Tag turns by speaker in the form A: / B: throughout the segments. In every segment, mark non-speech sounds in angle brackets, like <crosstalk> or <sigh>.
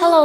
A: Hello，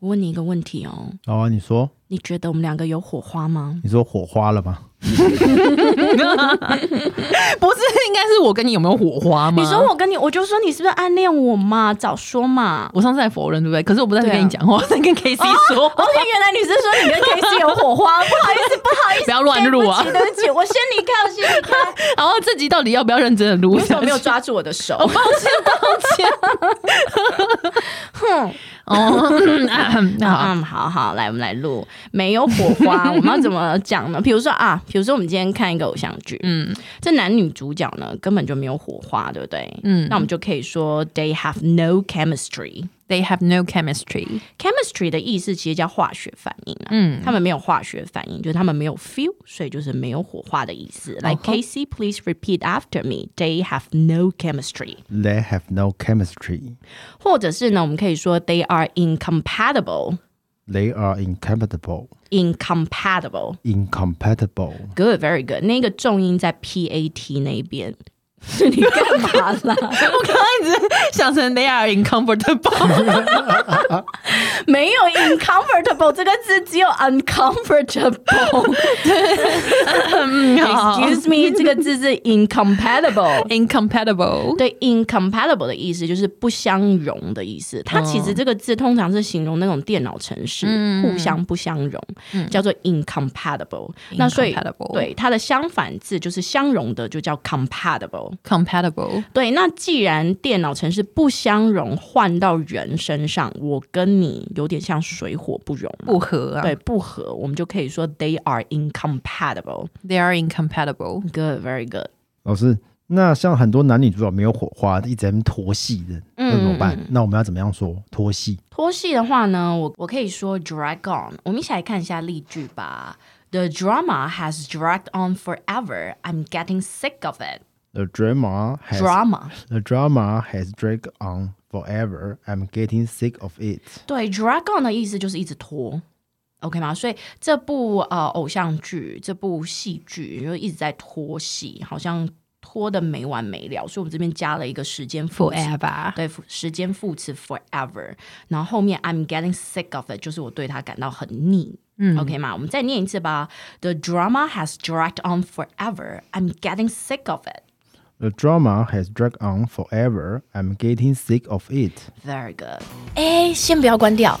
A: 我问你一个问题哦，
B: 好啊，你说，
A: 你觉得我们两个有火花吗？
B: 你说火花了吗？
C: 不是，应该是我跟你有没有火花吗？
A: 你说我跟你，我就说你是不是暗恋我嘛？早说嘛！
C: 我上次在否认，对不对？可啊哦是我不在这跟你讲话，我在跟 K C 说，
A: OK，原哦来你是说你跟 K C 有火花，不好意思，不好意思，
C: 不要乱录 <laughs> 啊
A: 对不起，对不起，我先离开，我先离开。
C: 然后这集到底要不要认真的录
A: 为什
C: 下
A: 么
C: 去？ <laughs>
A: 没有抓住我的手？
C: 抱歉，抱歉。哦，嗯好，
A: 嗯，好好，来，我们来录没有火 <laughs> 花，我们要怎么讲呢？比如说啊，比如说我们今天看一个偶像剧，
C: 嗯
A: 这男女主角呢根本就没有火花，对不对？
C: 嗯
A: 那我们就可以说 they have no chemistry。
C: <laughs> ，They have no chemistry。
A: chemistry 的意思其实叫化学反应啊，
C: 嗯
A: 他们没有化学反应，就是他们没有 feel，所以就是没有火花的意思。来、
C: 哦吼
A: k c please repeat after me. They have no chemistry，
B: They have no chemistry.
A: 或者是呢，我们可以说 they are incompatible。
B: They are incompatible.
A: incompatible。
B: Incompatible.
A: Good, very good。那个重音在 pat 那边。 <laughs> 你干嘛
C: <laughs>
A: 啦？
C: 我刚刚一直想成 They are <laughs> uncomfortable。
A: 没有 incompatible 这个字，只有
C: <laughs>
A: uncomfortable。Excuse me，这个字是 incompatible。
C: Incompatible。
A: 对，incompatible 的意思就是不相容的意思。它
C: 哦
A: 其实这个字通常是形容那种电脑程式、
C: 嗯
A: 互相不相容，叫做 incompatible。那所以
C: Incompatible
A: 对它的相反字就是相容的，就叫 compatible。
C: Compatible。
A: 对，那既然电脑程式不相容，换到人身上，我跟你有点像水火不容嘛。
C: 不合啊
A: 对，不合，我们就可以说 they are incompatible。
C: ，They are incompatible。
A: Good, very good。
B: 老师，那像很多男女主角没有火花，一直在那边拖戏的，那怎么办？那我们要怎么样说拖戏？
A: 拖戏的话呢，我我可以说 drag on。我们一起来看一下例句吧。The drama has dragged on forever. I'm getting sick of it.
B: The drama has
A: Drama，
B: the drama has dragged on forever. I'm getting sick of it.
A: 对，drag on 的意思就是一直拖，OK 吗？所以这部呃偶像剧、这部戏剧就一直在拖戏，好像拖的没完没了。所以我们这边加了一个时间副词
C: Forever。
A: 对，副时间副词 forever，然后后面 I'm getting sick of it，就是我对它感到很腻。嗯，OK 嘛，我们再念一次吧。The drama has dragged on forever. I'm getting sick of it.
B: The drama has dragged on forever. I'm getting sick of it.
A: Very good. 哎，先不要关掉，